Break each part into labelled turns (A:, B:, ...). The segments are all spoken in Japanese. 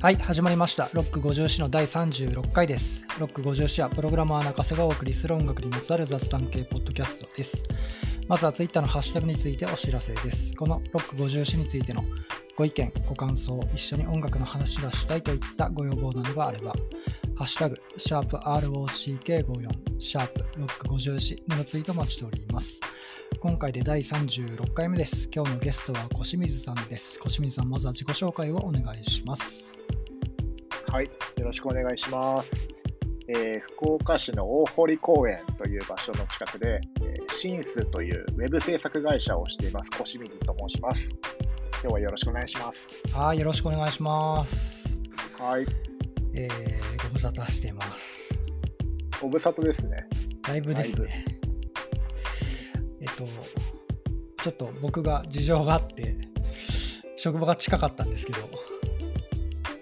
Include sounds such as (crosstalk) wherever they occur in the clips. A: はい始まりました「ロック50詩」の第36回ですロック50詩はプログラマー中瀬がお送りする音楽にまつわる雑談系ポッドキャストですまずはツイッターのハッシュタグについてお知らせですこのロック50詩についてのご意見ご感想一緒に音楽の話がしたいといったご要望などがあればハッシュタグ、シャープ ROCK54、シャープロック50詞のツイートをお待ちしております。今回で第36回目です。今日のゲストは小清水さんです。小清水さん、まずは自己紹介をお願いします。
B: はい、よろしくお願いします。えー福岡市の大堀公園という場所の近くで、えーシンスというウェブ制作会社をしています、小清水と申します。今日はよろしくお願いします。
A: はい、よろしくお願いします。
B: はい、
A: えー、ご無沙汰してます。
B: ご無沙汰ですね。
A: だいぶですね。えっと、ちょっと僕が事情があって、職場が近かったんですけど、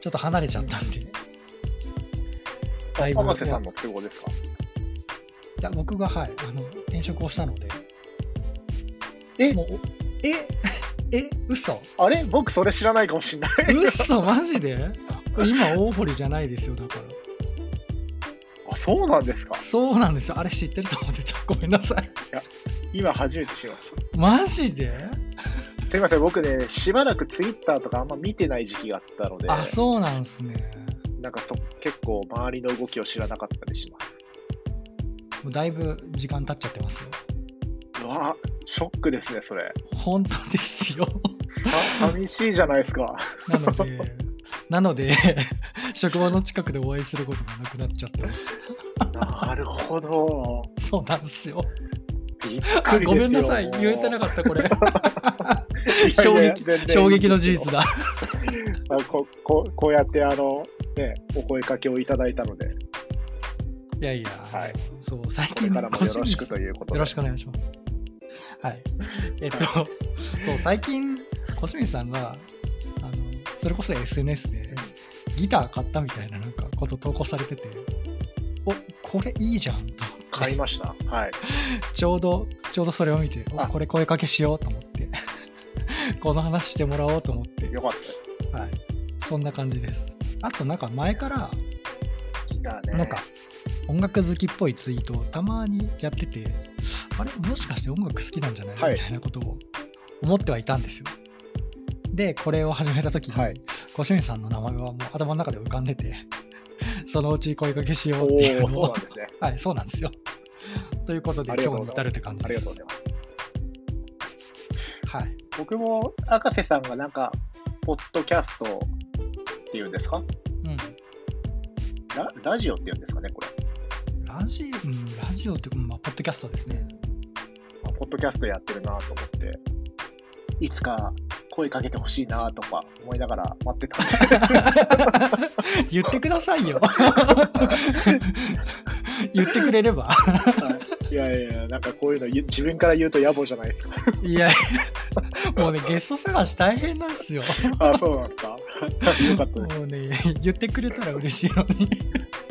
A: ちょっと離れちゃったんで。だいぶ
B: 天瀬さんの都合ですか
A: いや僕がはいあの転職をしたので
B: え
A: もうおえ (laughs) え嘘
B: あれ僕それ知らないかもしれない。 (laughs)
A: 嘘マジで (laughs) 今大堀じゃないですよだから
B: あ、そうなんですか
A: そうなんですよあれ知ってると思ってたごめんなさい (laughs)
B: 今初めて知りました。
A: マジで
B: すいません、僕ね、しばらくツイッターとかあんま見てない時期があったので、
A: あそうなんすね
B: なんかそ結構周りの動きを知らなかったりします。
A: もうだいぶ時間経っちゃってますよ
B: うわショックですね、それ。
A: 本当ですよ (laughs)
B: さ寂しいじゃないですか。
A: なので (laughs) なので職場の近くでお会いすることがなくなっちゃってま
B: なるほど。
A: すそうなんですよ
B: びっくりですよ
A: ごめんなさい言えてなかったこ
B: (laughs)
A: れ衝
B: いやいや
A: 撃
B: 全然
A: 衝撃の事実だ
B: あこここうやってあの、ね、お声かけをいただいたので、
A: いやいや、
B: はい
A: そう最
B: これ
A: 近
B: からもよろしく
A: 小
B: と
A: 清水
B: いうことで。
A: よろしくお願いします。
B: (laughs)
A: はい。えっと、そう最近小清水さんがあのそれこそ SNS でギター買ったみたいななんかこと投稿されてて、おこれいいじゃんと思って
B: 買いました。はい。
A: (laughs) ちょうどちょうどそれを見て、お
B: あ
A: これ声かけしようと思って、 (laughs) この話してもらおうと思って、
B: よかったです。
A: はい。そんな感じです。あとなんか前から
B: ギターね。
A: なんか音楽好きっぽいツイートをたまにやっててあれもしかして音楽好きなんじゃない、
B: はい
A: みたいなことを思ってはいたんですよでこれを始めた時に、
B: はい
A: 小清水さんの名前はもう頭の中で浮かんでて (laughs) そのうち声かけしよ
B: お
A: うっていうの
B: お、そう
A: を
B: なんですね。
A: はいそうなんですよということで
B: ありがと
A: 今
B: う
A: 日
B: ござ
A: に至
B: います
A: るって感じ
B: あ
A: で
B: りが
A: す
B: とうございます。
A: はい
B: 僕も赤瀬さんがなんか、ポッドキャストっていうんですか
A: うん
B: ララジオっていうんですかね、これ。
A: ラジうん、ラジオっていうか、まあ、ポッドキャストですね。
B: あポッドキャストやってるなと思って、いつか声かけてほしいなとか思いながら待っ
A: (laughs)
B: てたんで
A: 言ってください
B: (laughs)
A: よ。言ってくれれば。
B: いやいや、なんかこういうの言う自分から言うと野暮じゃな
A: (laughs)
B: いですか。
A: いや、もうね、ゲスト探し大変なんですよ。
B: あ、そうなんですか。よかったで
A: もうね、言ってくれたら嬉しいのに。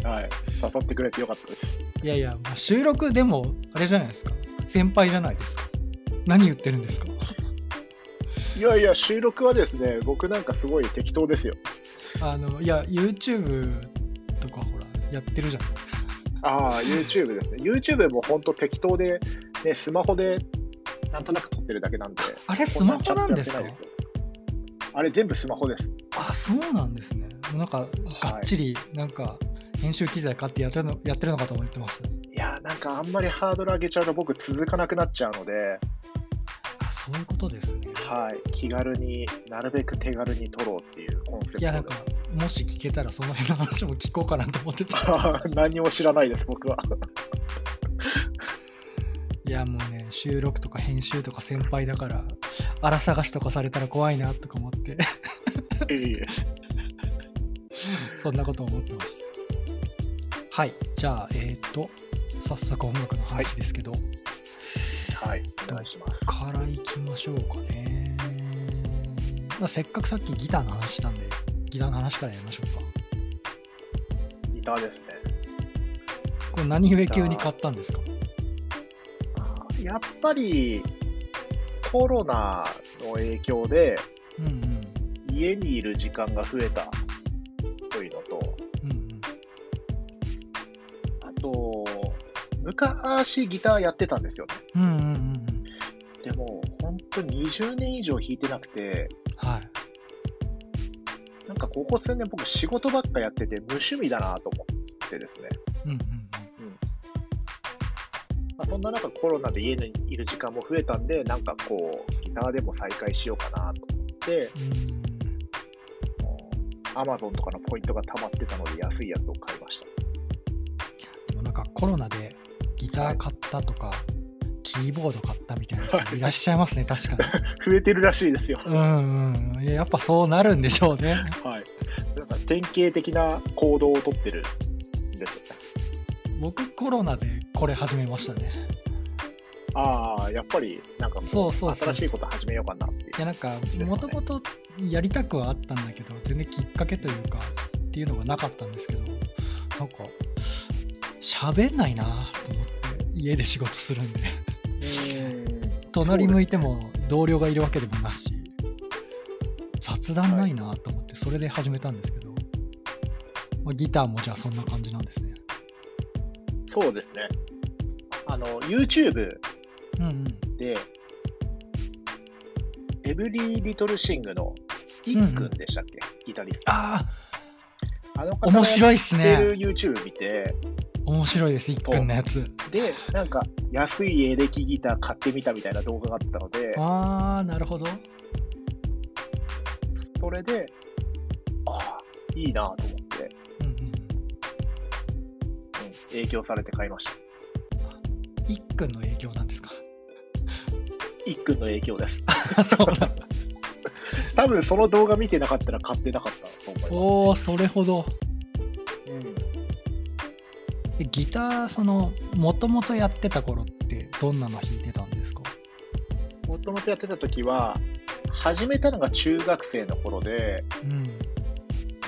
B: す。はい。誘ってくれてよかったです。
A: いやいや、まあ、収録でも、あれじゃないですか。先輩じゃないですか。何言ってるんですか。
B: いやいや、収録はですね、僕なんかすごい適当ですよ。
A: あの、いや、YouTube とかほら、やってるじゃん。
B: ああ、YouTube ですね。YouTube も本当適当で、ね、スマホでなんとなく撮ってるだけなんで。
A: あれ、スマホなんですか
B: こんなちゃんとやってないよあれ全部スマホです。
A: あ、そうなんですね。もうなんか、がっちり、なんか、編集機材買ってやってるのやってるのかと思ってました。
B: いやーなんかあんまりハードル上げちゃうと僕続かなくなっちゃうので、
A: あ、そういうことですね。
B: はい、気軽になるべく手軽に撮ろうっていうコンセプト
A: い
B: で
A: や、なんか、もし聞けたら、その辺の話も聞こうかなと思ってた。
B: (laughs) 何も知らないです
A: (laughs)
B: 僕はい
A: やもうね収録とか編集とか先輩だから荒探しとかされたら怖いなとか思って
B: いえいえ
A: そんなこと思ってましたはいじゃあえっ、と早速音楽の話ですけど、
B: はいお願いします
A: からいきましょうかねまあせっかくさっきギターの話したんでギターの話からやりましょうか
B: ギターですね
A: これ何故急に買ったんですか
B: あーやっぱりコロナの影響で
A: うんうん
B: 家にいる時間が増えた昔ギターやってたんですよね。
A: うんうんうんうん。
B: でも、本当に20年以上弾いてなくて、
A: はい。
B: なんかここ数年僕仕事ばっかやってて無趣味だなと思ってですね。
A: うんうん
B: まあ、そんな中コロナで家にいる時間も増えたんで、なんかこう、ギターでも再開しようかなと思って、
A: うん。うん。
B: アマゾンとかのポイントが溜まってたので安いやつを買いました。
A: でもなんかコロナでギター買ったとか、キーボード買ったみたいな人もいらっしゃいますね、確かに。
B: 増えてるらしいですよ。
A: うんうん。いややっぱそうなるんでしょうね。
B: はい。なんか典型的な行動をとってるんです。
A: 僕コロナでこれ始めましたね。
B: ああ、やっぱりなんかも
A: そうそうそう
B: 新しいこと始めようかなっていう
A: いや。なんかもともとやりたくはあったんだけど全然きっかけというかっていうのがなかったんですけどなんか喋んないなと思って家で仕事するんで隣向いても同僚がいるわけでもなし雑談ないなと思ってそれで始めたんですけど、まあ、ギターもじゃあそんな感じなんですね
B: そうですね。あの、YouTube
A: うんうん
B: で、エブリー・リトル・シングのイックンでしたっけ、ギタリスト。
A: あ
B: あの
A: あ面白
B: い
A: いっす
B: やって
A: ね
B: る YouTube 見て、
A: 面白いです一君のやつ
B: で、なんか安いエレキギター買ってみたみたいな動画があったので、
A: ああなるほど
B: それで、ああ、いいなと思って、
A: うんうん
B: うん影響されて買いました。
A: いっくんの影響なん
B: (laughs)
A: ですか
B: イックンの影
A: (laughs)
B: 響です。
A: あそうなんだ
B: 多分その動画見てなかったら買ってなかったと思いま
A: おおそれほど
B: す。うん
A: でギターそのもともとやってた頃ってどんなの弾いてたんですか
B: もともとやってた時は、始めたのが中学生の頃で、
A: うん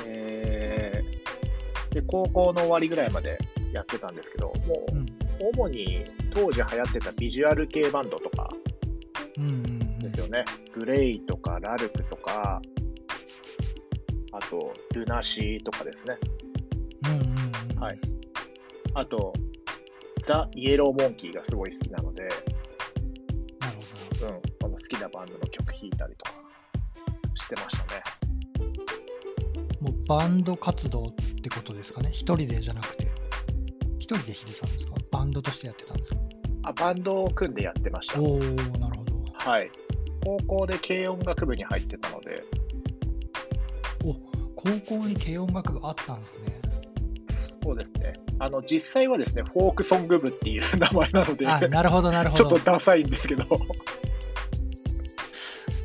B: えーで高校の終わりぐらいまでやってたんですけど、も
A: うん
B: う主に当時流行ってたビジュアル系バンドとか
A: うんうん
B: ですよね、グレイとかラルクとか、あとルナシーとかですね、
A: うんうんうんうん
B: はいあとザ・イエロー・モンキーがすごい好きなので、
A: なるほ
B: うん、あの好きなバンドの曲弾いたりとかしてましたね。
A: どもうバンド活動ってことですかね一人でじゃなくて一人で弾いてたんですかバンドとしてやってたんですか
B: あバンドを組んでやってました。
A: おおなるほど
B: はい。高校で軽音楽部に入ってたので、
A: お高校に軽音楽部あったんですね
B: そうですね。あの、実際はですね、フォークソング部っていう名前なので、 (laughs)
A: あなるほどなるほ
B: ちょっと
A: ど
B: ダサいんですけど、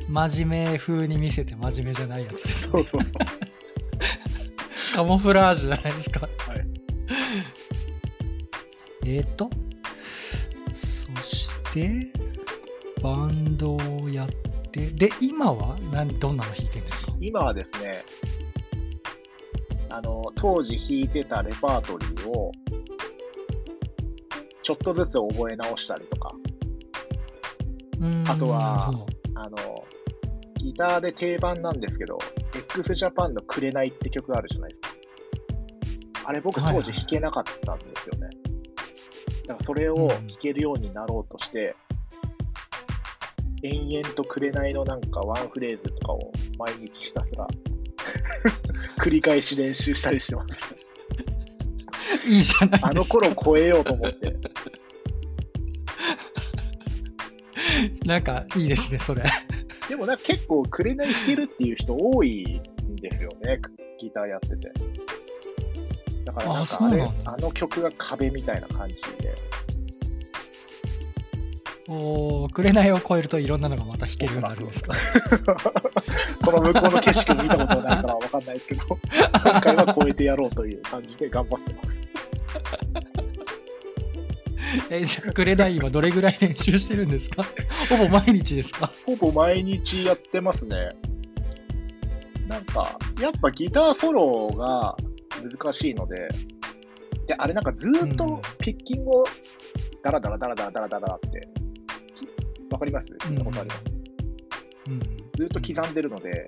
A: 真面目風に見せて真面目じゃないやつです
B: そうそう。
A: カモフラージュじゃないですか。
B: い
A: えっと、そして、バンドをやって、で、今は何どんなの弾いてるんですか
B: 今はですね、あの、当時弾いてたレパートリーを、ちょっとずつ覚え直したりとか、あ
A: うー
B: とは
A: んなるほど
B: あの、ギターで定番なんですけど、x ジャパンのくれないって曲あるじゃないですか。あれ僕
A: はいはい
B: 当時弾けなかったんですよね。だからそれを
A: うん
B: 弾けるようになろうとして、延々とくれないのなんかワンフレーズとかを毎日ひたすら (laughs) 繰り返し練習したりしてます。
A: いいじゃないですか。
B: あの頃を超えようと思って。
A: なんかいいですね、それ。 (laughs)
B: でもなんか結構くれない弾けるっていう人多いんですよね、ギターやってて。だからなんかあれ、
A: あ
B: あ
A: そうなんだ
B: の曲が壁みたいな感じで、
A: おー、紅を超えるといろんなのがまた弾けるようになるんですか。
B: この向こうの景色見たことないからわかんないですけど、 (laughs) 今回は超えてやろうという感じで頑張ってます。
A: え、じゃあ、紅今どれぐらい練習してるんです
B: (laughs)
A: かほぼ毎日ですか
B: ほぼ毎日やってますね。なんか、やっぱギターソロが難しいので、で、あれなんかずーっとピッキングをダラダラダラダラダラダラって、きわかります聞いたことあります。
A: うん。
B: ずーっと刻んでるので、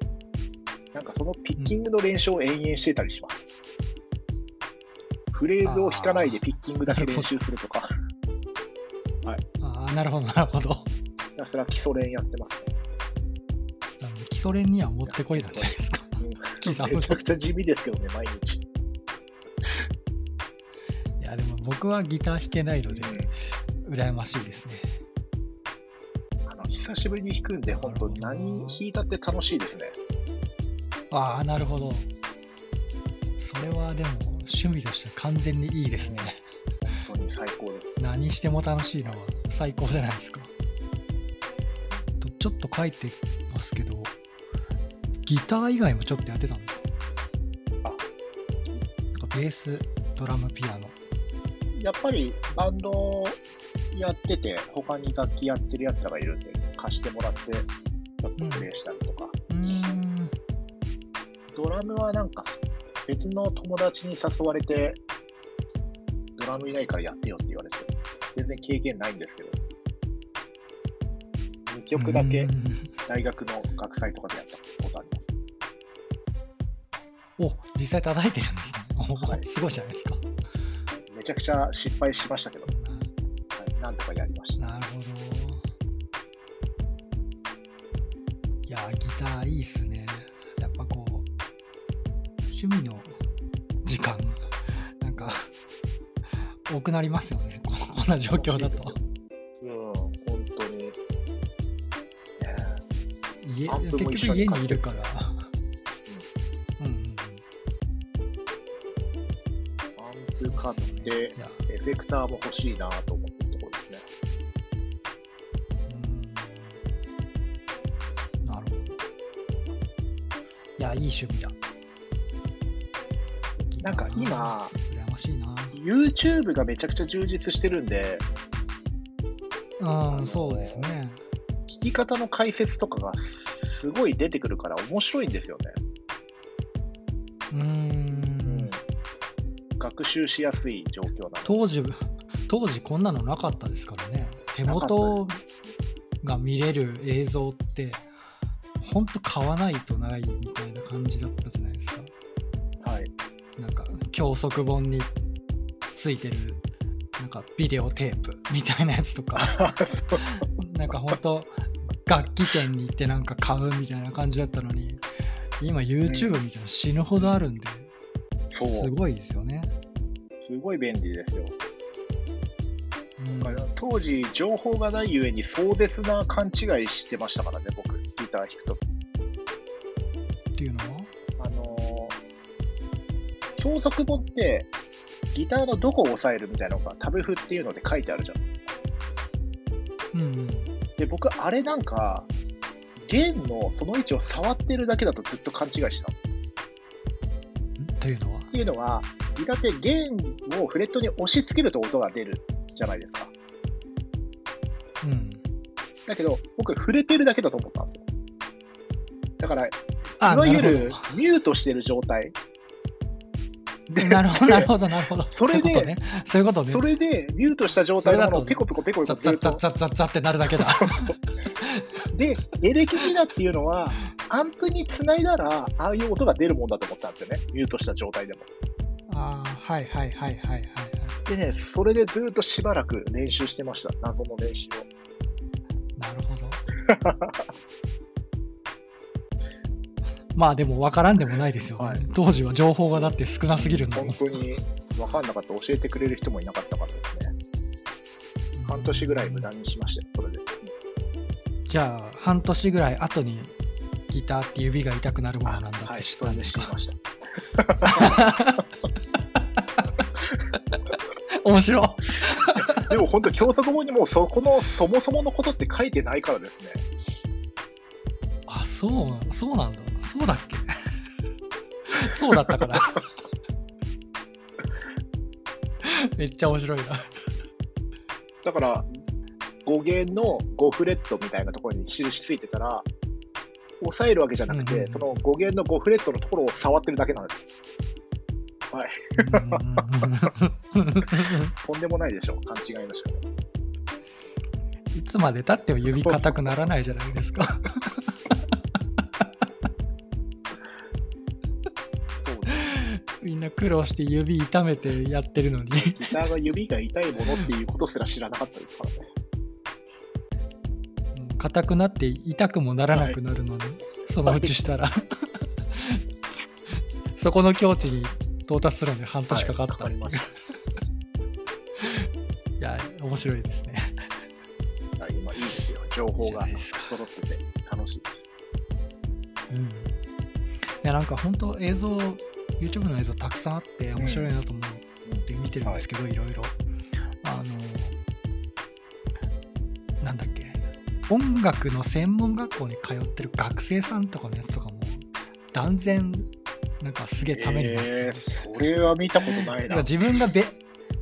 B: なんかそのピッキングの練習を延々してたりします。フレーズを弾かないでピッキングだけ練習するとか、はい
A: ああなるほどなるほど
B: ひたすら基礎練やってますね。
A: あの基礎練にはもってこいなんじゃ
B: (laughs)
A: ないですか基礎
B: めちゃくちゃ地味ですけどね、毎日。
A: いやでも僕はギター弾けないので羨ましいですね
B: あの久しぶりに弾くんで、本当に何弾いたって楽しいですね。
A: ああなるほどそれはでも趣味として完全にいいですね
B: 本当に最高です。
A: 何しても楽しいのは最高じゃないですかとちょっと書いてますけどギター以外もちょっとやってたんですかなんかベースドラムピアノ
B: やっぱりバンドやってて、他に楽器やってるやつらがいるんで、貸してもらって、ちょっとプレイしたりとか、
A: うーん
B: ドラムはなんか、別の友達に誘われて、ドラムいないからやってよって言われて、全然経験ないんですけど、2曲だけ
A: うーん
B: 大学の学祭とかでやったことあります。
A: お実際叩いてるんですねお
B: はい
A: すごいじゃないですか
B: めちゃくちゃ失敗しましたけど、はいなんとかやりました。
A: なるほどいやギターいいっすねやっぱこう趣味の時間 (laughs) なんか多くなりますよねここんな状況だと
B: うん、本当に。ねえ
A: 家
B: アン
A: 結
B: プも
A: 局
B: 一緒に
A: 家にいるからうんうん
B: アンプ買って
A: い、や
B: エフェクターも欲しいなと思ってるところですね。
A: うんなるほどいやいい趣味だ
B: なんか
A: ギター
B: 今
A: 羨ましいな
B: YouTube がめちゃくちゃ充実してるんで、
A: うん、そうですね。
B: 弾き方の解説とかがすごい出てくるから面白いんですよね。
A: うーん。
B: 学習しやすい状況なので。
A: 当時、 (laughs) 当時こんなのなかったですからね。手元が見れる映像って、ほんと買わないとないみたいな感じだったじゃないですか。 (laughs)
B: はい。
A: なんか、教則本についてる、なんかビデオテープみたいなやつと
B: (laughs)
A: か、なんかほんと楽器店に行ってなんか買うみたいな感じだったのに、今 YouTube みたいなの死ぬほどあるんで、
B: そう。
A: すごいですよね。
B: すごい便利ですよ。
A: うん
B: だから当時、情報がないゆえに壮絶な勘違いしてましたからね、僕、ギター弾くと。
A: っていうのは
B: あのー、教則本って、ギターのどこを押さえるみたいなのがタブ譜っていうので書いてあるじ
A: う
B: ゃん。
A: んうん
B: で、僕、あれなんか、弦のその位置を触ってるだけだとずっと勘違いした。っ
A: というのは
B: ていうのは、ギターって弦をフレットに押し付けると音が出るじゃないですか。
A: うん
B: だけど、僕、触れてるだけだと思ったんですよ。だから、
A: あ
B: いわゆ
A: な
B: るミュートしてる状態。で
A: る
B: (laughs)
A: ほどなるほどなるほどなるほど
B: それ
A: そ
B: で
A: ういうことね
B: そ
A: そういうことね
B: れでミュートした状態のものを
A: そ
B: ペ
A: れだと
B: コペコペコペ
A: ザ
B: コ
A: ッザッ
B: ずっ
A: ザッ
B: と
A: ザッザッザッってなるだ
B: (laughs)
A: けだ
B: でエレキギターっていうのはアンプにつないだらああいう音が出るもんだと思ったんですよねミュートした状態でも
A: あーはいはいはいはいはいはい
B: でねそれでずっとしばらく練習してました謎の練習を
A: なるほど (laughs) まあでも分からんでもないですよね、
B: はい
A: 当時は情報がだって少なすぎるんだもん
B: 本当に分かんなかった教えてくれる人もいなかったからですね半年ぐらい無駄にしましたよそれで
A: じゃあ半年ぐらい後にギターって指が痛くなるものなんだっ
B: は
A: て
B: い
A: 知っ
B: そ
A: た
B: れ
A: んで
B: です知
A: か、
B: りました
A: (laughs) 面白い
B: でも本当教則本にもうそこのそもそものことって書いてないからですね
A: あそうなそうなんだそうだっけ (laughs) そうだったから (laughs) めっちゃ面白いな
B: だから、5弦の5フレットみたいなところに印ついてたら、押さえるわけじゃなくて、
A: うんうん
B: その5弦の5フレットのところを触ってるだけなんです。はい、
A: うーん
B: とんでもないでしょう、勘違いの仕方。
A: (laughs) いつまでたっても指硬くならないじゃないですか
B: そうね
A: みんな苦労して指痛めてやってるのに
B: ギターが指が痛いものっていうことすら知らなかったですからね。
A: 硬くなって痛くもならなくなるので、そのうちしたら、そこの境地に到達するので半年かかった、、
B: はいいわかりまし
A: や面白 (laughs) いですね
B: た今いいですよ情
A: いい
B: 報が
A: じゃないですか
B: 揃ってて楽しいです
A: うんいやなんか本当映像 YouTube の映像たくさんあって面白いなと思って見てるんですけど、いろいろあのなんだっけ音楽の専門学校に通ってる学生さんとかのやつとかも断然なんかすげえためになってる、
B: えーそれは見たことない
A: な
B: なん
A: か自分がべ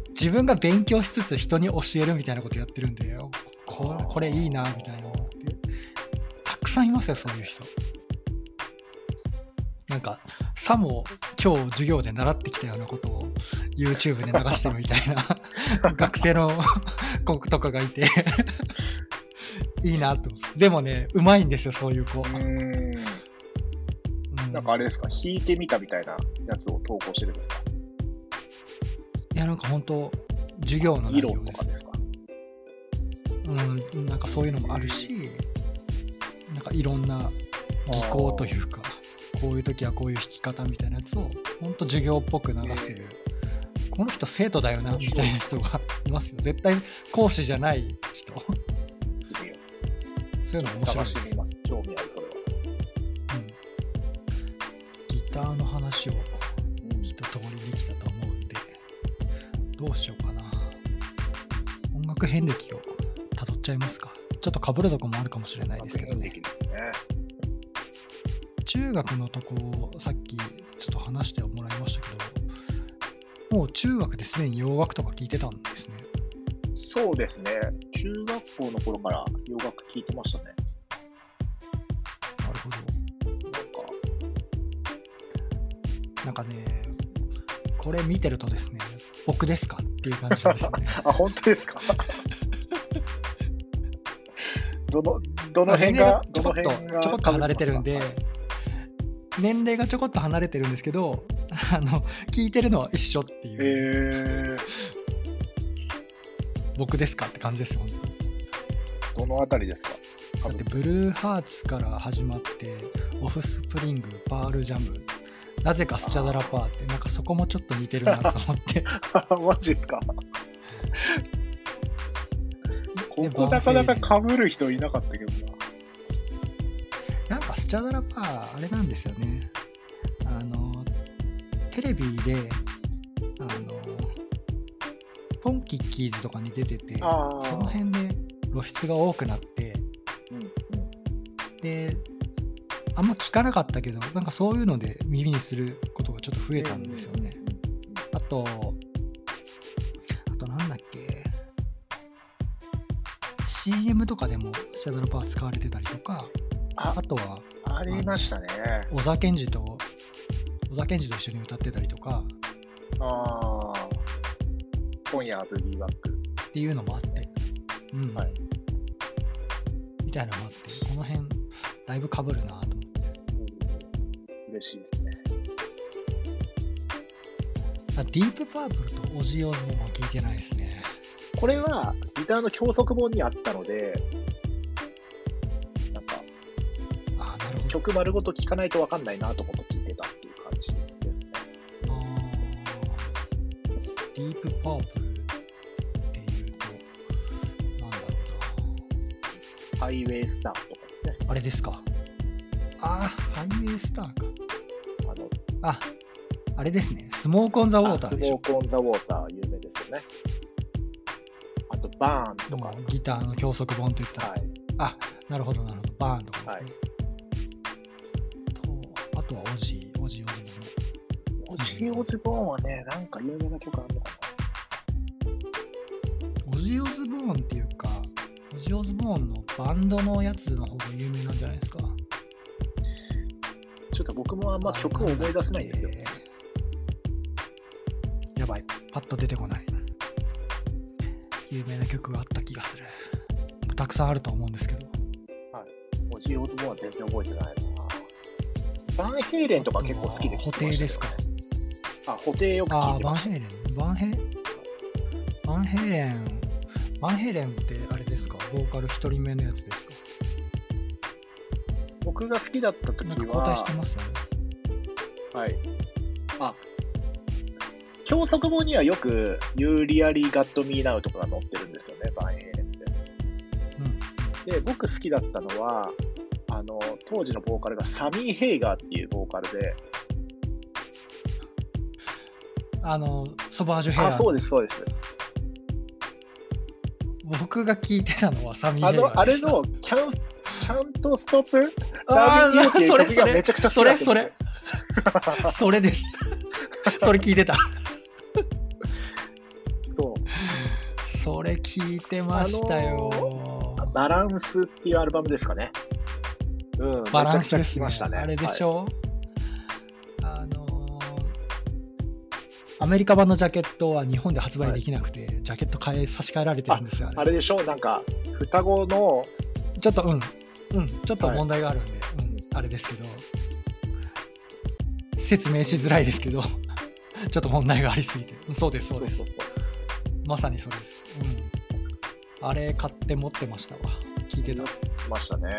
A: 自分が勉強しつつ人に教えるみたいなことやってるんでよここれいいなみたいな思ってたくさんいますよそういう人なんかさも今日授業で習ってきたようなことを YouTube で流してるみたい
B: (laughs)
A: な学生の子とかがいていいなと思ってでもねうまいんですよそういう子、
B: うーん
A: うん
B: なんかあれですか弾いてみたみたいなやつを投稿してるんですか
A: いやなんか本当授業の内
B: 色
A: 容
B: と
A: です
B: かですか
A: うん、なんかそういうのもあるし、なんかいろんな技巧というか、こういう時はこういう弾き方みたいなやつを、ほんと授業っぽく流してる、この人生徒だよなみたいな人がいますよ。絶対講師じゃない
B: (laughs)
A: 人。
B: 見て
A: そういうの
B: み
A: 面
B: よう
A: 白いで
B: 探
A: す。
B: してみます興味あるそれは
A: うんギターの話を
B: うん
A: 一通りできたと思うんで、どうしようかな。音楽遍歴をたどっちゃいますか。ちょっとかぶるとこもあるかもしれないですけど
B: 確認
A: ね
B: で。きるんですね
A: 中学のとこをさっきちょっと話してもらいましたけどもう中学ですでに洋楽とか聞いてたんですね
B: そうですね。中学校の頃から洋楽聴いてましたね。
A: なるほど
B: な
A: なん
B: んか、
A: かねこれ見てるとですね僕ですかっていう感じなんですよね
B: (laughs) あ、本当ですかどの、どの辺が、
A: 年
B: どの
A: 齢が
B: 辺
A: ちょこっとちょ
B: が
A: こっと離れてるんで
B: はい
A: 年齢がちょこっと離れてるんですけど (laughs) あの聞いてるのは一緒って
B: え
A: いう、
B: ー、
A: 僕ですかって感じですよ本当
B: どのあたりですか (laughs)
A: だってブルーハーツから始まってオフスプリングパールジャムなぜかスチャダラパーってなんかそこもちょっと似てるなと思って
B: 多分マジですか (laughs) ここなかなか
A: か
B: 被る人いなかったけどな。
A: なんかスチャダラパーあれなんですよねあのテレビであのポンキッキーズとかに出ててそ
B: あー
A: の辺で露出が多くなって
B: うん
A: であんま聞かなかったけどなんかそういうので耳にすることがちょっと増えたんですよね、あと、あとなんだっけ、CM とかでもシャドルパワー使われてたりとか、あ
B: あ
A: とは
B: ありましたね。
A: 小田健二と、小田健二と一緒に歌ってたりとか
B: ああ。今夜はブギーバック。
A: っていうのもあって、うん、
B: はい
A: みたいなのもあって、この辺、だいぶかぶるなと思って。
B: 嬉しいですね。
A: あディープパープルとオジーオズボンは聞いてないですね。
B: これはギターの教則本にあったので、なんか
A: あーなるほど。
B: 曲丸ごと聴かないと分かんないなと思って聴いてたっていう感じですね。
A: あーディープパープルっていうと、なんだろう
B: ハイウェイスターとかね、
A: な。あれですか。ああ、ハイウェイスターか。
B: あの、
A: あ、あれですね。スモークオンザウォータ
B: あス
A: ーでし
B: モ
A: ょ
B: ー。ク・オン・ザ・ウォーター有名ですよね。あと、バーンとか、
A: もうギターの教則本といったら、
B: はい。
A: あ、なるほど、なるほど。バーンとかですね。と、あとはオジー、オジーオズボン
B: オジー・オズボーンはね、なんか有名な曲あるのか
A: オジオズボーンっていうかオジオズボーンのバンドのやつの方が有名なんじゃないですか
B: なちょっと僕もあんま曲を思い出せないんですよ。
A: やばいパッと出てこない有名な曲があった気がするたくさんあると思うんですけど
B: オジー・オズボーンは全然覚えてないな。バンヘイレンとか結構好きで聴いてましたけどね、あ、布袋よく聴
A: あ
B: い
A: あ
B: て
A: バン
B: まし
A: ヘイレンバンヘイバンヘイレンバンヘイレンってあれですかボーカル一人目のやつですか
B: 僕が好きだった
A: なんか
B: 時
A: 交代して
B: は、
A: ます
B: はい。あ、教則本にはよく、You Really Got Me Now とかが載ってるんですよね、万英っ
A: うん。
B: て。で、僕好きだったのは、あの、当時のボーカルがサミー・ヘイガーっていうボーカルで、
A: あの、ソバージュヘ
B: あ、
A: ア。
B: そうです、そうです。
A: 僕が聞いてたのはサミー
B: あ
A: ヘイガ
B: の、
A: ー
B: あ
A: で
B: れ
A: した。
B: の、ちゃん、ちゃんとストップ
A: あ
B: ダービーニューって
A: ー
B: いう曲
A: そ
B: が
A: れそ
B: め
A: れ
B: ちゃくちゃ
A: そ
B: 好きだ
A: れ
B: った
A: それそれです。 (laughs) それ聞いてた。
B: そう。
A: それ聞いてましたよ。
B: バランスっていうアルバムですかね。うん、
A: バランス
B: めちゃくちゃ
A: で
B: 聴
A: す
B: き
A: ね。
B: ましたね。
A: あれでし
B: ょ、
A: ょ、あのーアメリカ版のジャケットは日本で発売できなくて、ジャケット変え差し替えられてるんですよ。あれ
B: あれでしょなんか、双子の、
A: ちょっとうんうんちょっと
B: はい
A: 問題があるんで、うんあれですけど説明しづらいですけど (laughs) ちょっと問題がありすぎてうんそうですそうです
B: そう
A: まさにそうです、うん、あれ買って持ってましたわ聞いてた
B: そうしましたね。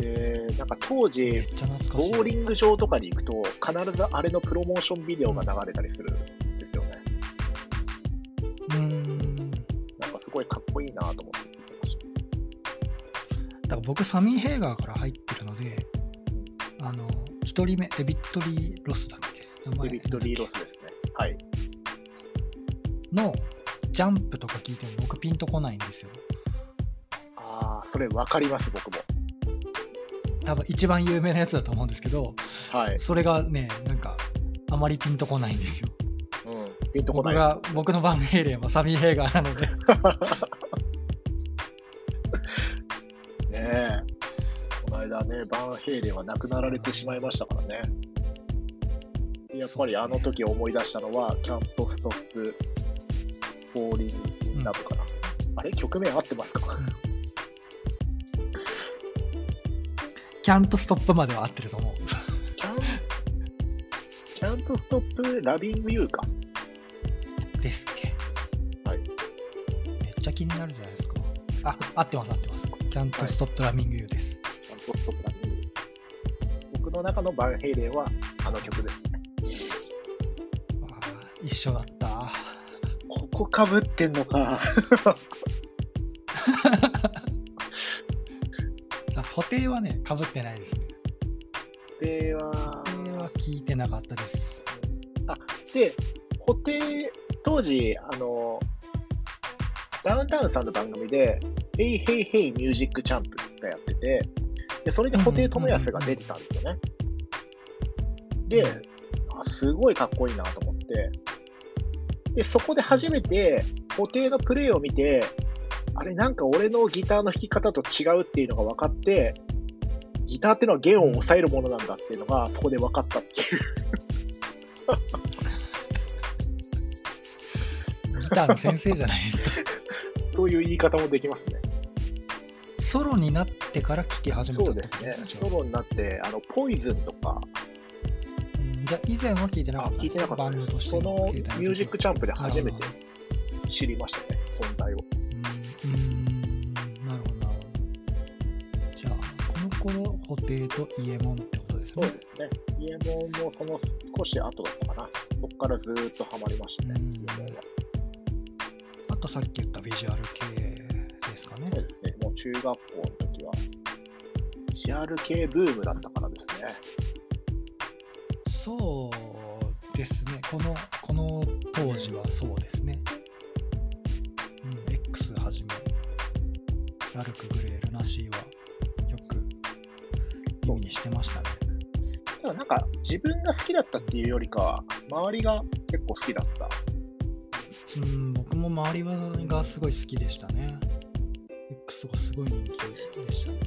B: で、なんか当
A: め
B: 時
A: っ、ちゃ懐か
B: ボ
A: しい
B: ーリング場とかに行くと、必ずあれのプロモーションビデオが流れたりするんですよね。
A: うーん
B: なんかすごいかっこいいなと思って見てまし
A: だから僕サミー・ヘーガーから入ってるのであの一人目デビッド・リー・ロスだっけ名
B: た。
A: 前
B: デビッド・リー・ロスですね。はい。
A: のジャンプとか聞いても僕ピンとこないんですよ
B: ああ、それわかります、僕も。
A: 多分一番有名なやつだと思うんですけど
B: はい。
A: それがねなんかあまりピンとこないんですよ
B: うん。ピンとこ
A: 僕
B: ない。
A: が僕の番命令はサミー・ヘイガーなので
B: ねえ。この間ね、バンヘイレンは亡くなられてしまいましたからね。やっぱりあの時思い出したのは、キャントストップ、ボーリングラブかな。あれ曲名合ってますか、
A: キャントストップまでは合ってると思う
B: キャンキャントストップ、ラビングユーか。
A: ですっけ
B: はい
A: めっちゃ気になるじゃないですかあ合ってます合ってますキャントストップラミングユーです、
B: キャントストップ、ラビングユー。僕の中のバンヘイレンはあの曲です。
A: あー一緒だった
B: ここかぶってんのか。
A: あ補定はねかぶってないですね
B: では、
A: 補定は聞いてなかったです
B: で、固定、当時、あの、ダウンタウンさんの番組で、ヘイヘイヘイミュージックチャンプがやってて、でそれで布袋寅泰が出てたんですよね。で、あすごいかっこいいなと思って、で、そこで初めて、布袋のプレイを見て、あれ、なんか俺のギターの弾き方と違うっていうのが分かって、ギターってのは弦を抑えるものなんだっていうのが、そこで分かったっていう。
A: ギターの先生じゃないです
B: (laughs)
A: か
B: そういう言い方もできますね。
A: ソロになってから聴き始めた
B: そ
A: っ
B: う
A: て
B: で
A: こと
B: すね。
A: じゃあ
B: ソロになって、あの、ポイズンとか、
A: うんじゃあ以前は聞いてな
B: あ
A: かったん
B: 聞
A: で
B: い
A: す
B: て
A: ね
B: なかった
A: バン
B: で
A: ドと
B: す。
A: して
B: そのミ
A: 携帯
B: ュージックチャンプで初めて
A: あ
B: 知りましたね、存在を。
A: ーうんうんなるほどなるほどじゃあこの頃布袋と伊右衛門ってことです
B: そう
A: ね
B: ですね。イエモンもその少し後だったかな。そこからずーっとハマりましたね、
A: うん
B: イエモンは。
A: あとさっき言ったビジュアル系ですかね
B: そうですね。もう中学校の時は、シアル系ブームだったからですね。
A: そうですねこのこの当時はそうですねうん X はじめラルク・グレールナシーはよく耳にしてましたね
B: ただなんか、自分が好きだったっていうよりかは、周りが結構好きだった。
A: うん、僕も周りがすごい好きでしたね。X がすごい人気でしたね。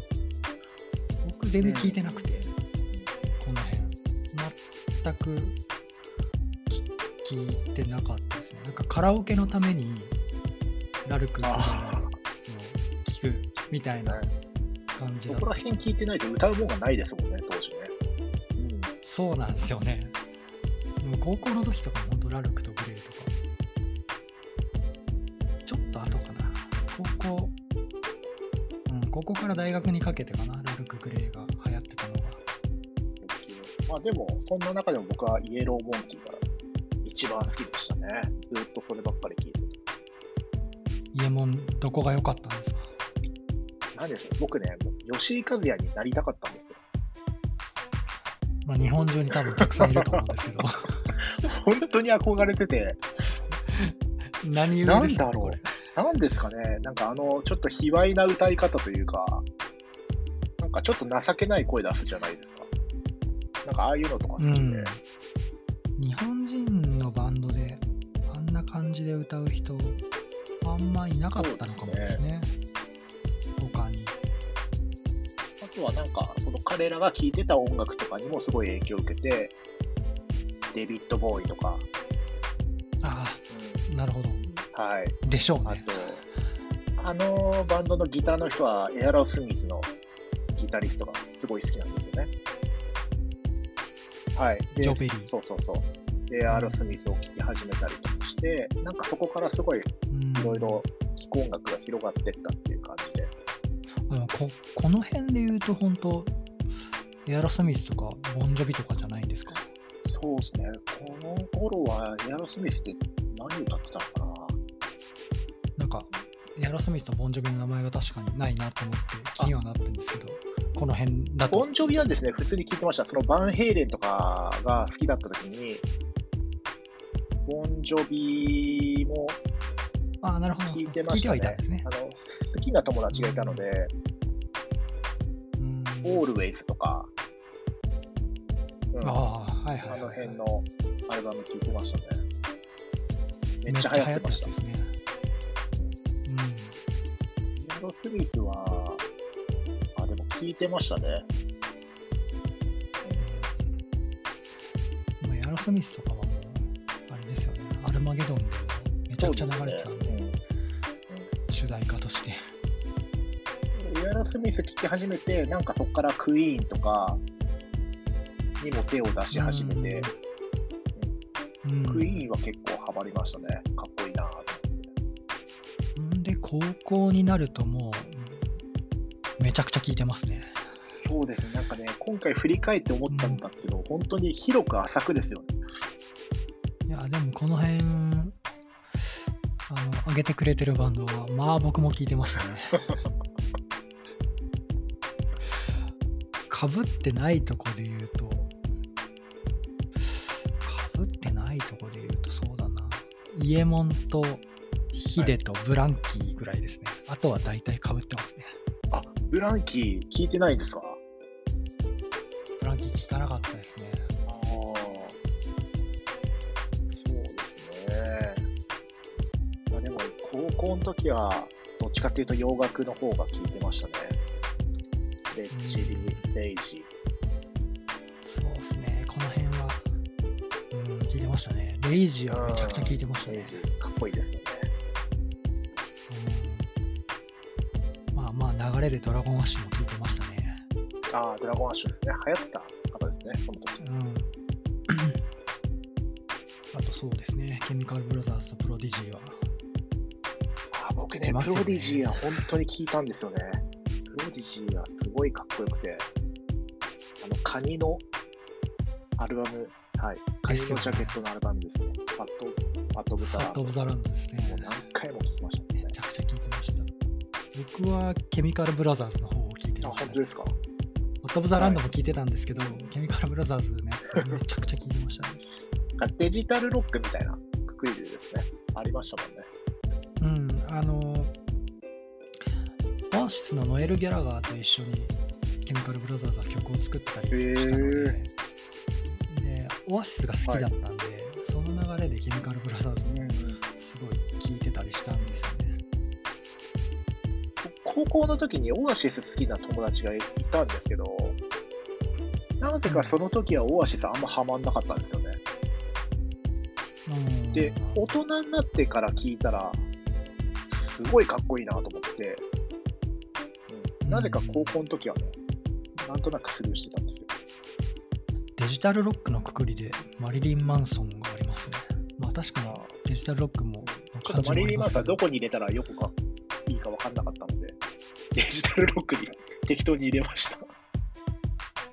A: 僕全然聞いてなくて、この辺。全くき聞いてなかったですね。なんかカラオケのために、ラルクの
B: あ
A: 聞くみたい
B: あ、
A: な
B: ね。
A: 感じ
B: そ
A: だっ
B: こ
A: た
B: ら。辺聞いてないと歌うもんがないですもんね、当時ね。うん。
A: そうなんですよね。でも高校の時とかも本当ラルクとグレーとか。ちょっと後かな。高校、うん、ここから大学にかけてかなラルク・グレーが流行ってたのが
B: まあでも、そんな中でも僕はイエローモンキーが一番好きでしたね。ずっとそればっかり聞いてて。
A: イエモンどこが良かったんですか
B: なんですか僕ね、もう吉井和也になりたかったんですよ。
A: まあ、日本中に多分たくさんいると思うんですけ
B: (laughs)
A: ど
B: (laughs) 本当に憧れてて、
A: 何
B: な
A: 故
B: ん
A: です
B: だ
A: か
B: ろ
A: こ
B: う
A: れ。
B: なんですかね、なんかあの、ちょっと卑猥な歌い方というか、なんかちょっと情けない声出すじゃないですか。なんかああいうのとか好き
A: う
B: で、
A: ん日本人のバンドであんな感じで歌う人あんまいなかったのかもですね他に
B: あとはなんか、その彼らが聴いてた音楽とかにもすごい影響を受けて、デビッド・ボーイとか、
A: ああなるほど
B: はい、
A: でしょう
B: あ
A: ね
B: と、あのバンドのギターの人は、エアロスミスのギタリストがすごい好きなんですよね。はい。で
A: ジョベリー
B: そうそうそう。で、エアロスミスを聴き始めたりとかして、なんかそこからすごいい
A: うん
B: ろいろ聴く音楽が広がってったっていう感じで。
A: でもここの辺で言うと本当エアロスミスとかボンジョビとかじゃないんですか
B: そうですね。この頃は、エアロスミスって何歌ってたのかな
A: なんかエアロスミスとボンジョビの名前が確かにないなと思って気にはなってるんですけどこの辺だ
B: ボ
A: と
B: ンジョビはですね、普通に聞いてました。そのバンヘイレンとかが好きだった時に、ボンジョビも
A: ああなるほど
B: 聞いてました
A: 聞いてはいたんで
B: ね
A: すね
B: あの好きな友達がいたので、
A: うん
B: オールウェイズとか、うん、あ
A: ああはいはい、はい、
B: の辺のアルバム聞いてましたね。めっちゃ
A: めっちゃ
B: 流行ってました。
A: 流行ってましたですね
B: イエロースミスは、あ、でも聞いてましたね。
A: うん、まあ、エアロスミスとかはもうあれですよねアルマゲドンでもめちゃくちゃ流れてたんで
B: そうですね
A: 主題歌として
B: うんイエロースミス聞き始めて、なんかそこからクイーンとかにも手を出し始めて、
A: うん
B: クイーンは結構ハマりましたね。かっこいいなと思って。
A: んで高校になるともううんめちゃくちゃ聞いてますね
B: そうですね。なんかね、今回振り返って思ったんだけど、本当に広く浅くですよ
A: い
B: ね。
A: やでもこの辺あの上げてくれてるバンドはまあ僕も聞いてま (laughs) したねかぶってないとこで言うとかぶってないとこで言うとそうだなイエモンとヒデとブランキーぐらいですね、あとは大体かぶってますね
B: あ、ブランキー聞いてないんですか
A: ブランキー聞かなかったですね
B: ああ。そうですね。まあでも、高校の時は、どっちかっていうと洋楽の方が聞いてましたね。レッチリ、レイジ。
A: そうですね、この辺は、うん、聞いてましたね。レイジはめちゃくちゃ聞いてました
B: レイ
A: ね。
B: ジ、かっこいいですよね。
A: うん、まあまあ、流れでドラゴンアッシュも聞いてましたね。
B: ああ、ドラゴンアッシュですね。流行ってた方ですね、その時。
A: うんあとそうですね、ケミカルブラザーズとプロディジーは。
B: あ僕
A: 聞
B: ね
A: きま
B: プ
A: すよ
B: ロ
A: ね
B: ディジーは本当に聞いたんですよね。プロディジーはすごいかっこよくて、あの、カニのアルバム、はい、カニのジャケットのアルバムですね。ファット、ファットブ
A: フ
B: タ
A: ァット・オブ・ザ・ランドですね。
B: もう何回も聞きましたね
A: め。ちゃくちゃ聞いてました。僕はケミカルブラザーズの方を聞いて
B: あ、
A: ましたね、
B: 本当ですか
A: ファット・オブ・ザ・ランドも聞いてたんですけど、ケミカルブラザーズね、それめちゃくちゃ聞いてましたね。
B: なんかデジタルロックみたいなくくりでですね、ありましたもんね。
A: うん、あの、オアシスのノエル・ギャラガーと一緒にケミカル・ブラザーズは曲を作ったりしたので、でオアシスが好きだったんで、その流れでケミカル・ブラザーズもすごい聴いてたりしたんですよね。
B: 高校の時にオアシス好きな友達がいたんですけど、なぜかその時はオアシスあんまハマんなかったんですよね。
A: うん
B: で、大人になってから聞いたら、すごいかっこいいなと思って、うんなぜか高校の時はね、なんとなくスルーしてたんですよ。
A: デジタルロックのくくりでマリリン・マンソンがありますね。まあ確かにデジタルロックもの
B: ちょっ
A: 感じも
B: とマ
A: あ
B: リリ
A: り
B: ン・マ
A: ま
B: ン
A: す
B: さ
A: け
B: んど
A: ど
B: こに入れたらよくかいいか分かんなかったので、 (laughs) デジタルロックに (laughs) 適当に入れました。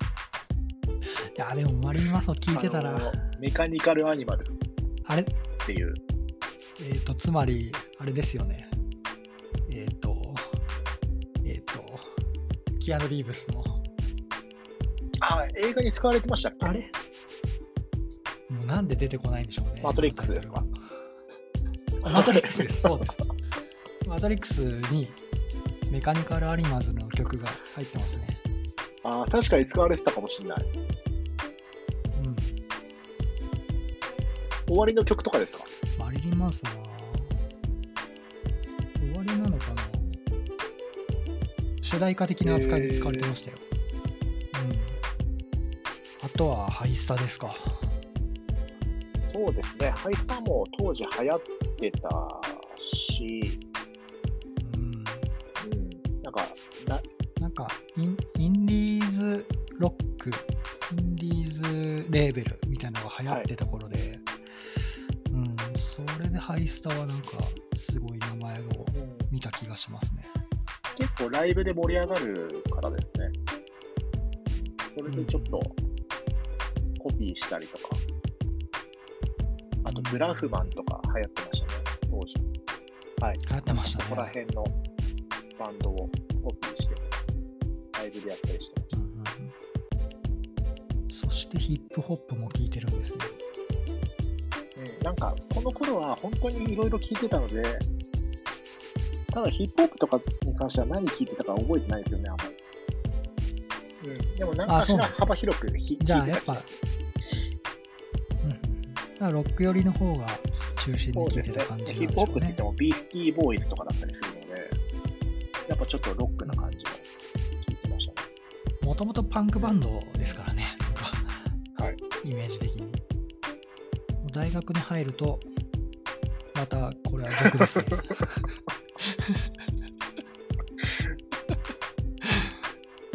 A: いや、でもマリンマソ聞いてたら、
B: あの
A: あ
B: メカニカルアニマルっ
A: れ、
B: ていう、
A: えっ、と、つまり、あれですよね。えっ、と、えっ、と、キアヌ・リーブスの、
B: あ、映画に使われてましたっけ
A: あれもうなんで出てこないんでしょうね。
B: マトリックス
A: このタイトルはあマトリックス
B: (laughs)
A: です、そうです。マトリックスにメカニカル・アニマーズの曲が入ってますね。
B: あ確かに使われてたかもしれない。
A: うん。
B: 終わりの曲とかですか
A: マリリン・マンソンは終わりなのかな主題歌的な扱いで使われてましたよ、うんあとはハイスタですか
B: そうですね。ハイスターも当時流行ってたし、
A: うん
B: うん、なんか、な
A: なんかインインディーズロックインディーズレーベルみたいなのが流行ってた頃で、うんそれでハイスタはなんかすごい名前を
B: うん
A: 見た気がしますね
B: 結構ライブで盛り上がるからですね。それでちょっとコピーしたりとか、あとブラフマンとか流行ってましたね、当時。
A: 流行ってましたね
B: ここら辺のバンドをコピーして、ライブでやったりしてまし
A: うんうんうんそしてヒップホップも聴いてるんですね。
B: た。うん、なんか、この頃は本当にいろいろ聴いてたので、ただヒップホップとかに関しては何聴いてたか覚えてないですよね、あんまり。うん、でも何か
A: あそ
B: し
A: う
B: ら
A: なんですね
B: 幅広くひ
A: じ
B: 聴
A: ゃあ
B: いて
A: や
B: た
A: っぱ、うんうんうん、だからロック寄りの方が中心
B: そ
A: に
B: う
A: 聴い
B: です
A: て
B: ね
A: た感じなん
B: ヒッ
A: で
B: プ
A: し
B: ホ
A: ょ
B: ップ
A: う
B: って言っ
A: ね
B: て。もビースティーボーイズとかだったりするので、やっぱちょっとロックな感じを聞いてましたね。
A: もともとパンクバンドですからね、なんか、
B: はい
A: イメージ的に。大学に入ると、またこれは僕ですね。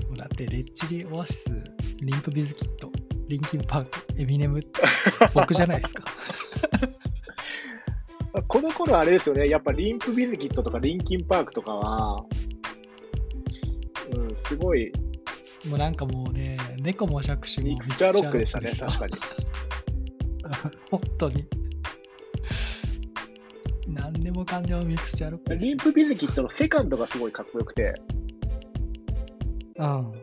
A: もうだって、レッチリ、オアシス、リンプビズキット、リンキンパーク、エミネムって僕じゃないですか。
B: この頃あれですよね、やっぱリンプビズキットとかリンキンパークとかは、うん、すごい
A: もうなんかもうね、猫も杓子も
B: ミクチャーロックでしたね、
A: ミクチャーロックですよ
B: 確かに。
A: 本当に。何でもかんでもミクスチャーロックです
B: リン
A: よ。
B: プビズキットのセカンドがすごいかっこよくて、
A: うん。
B: はい、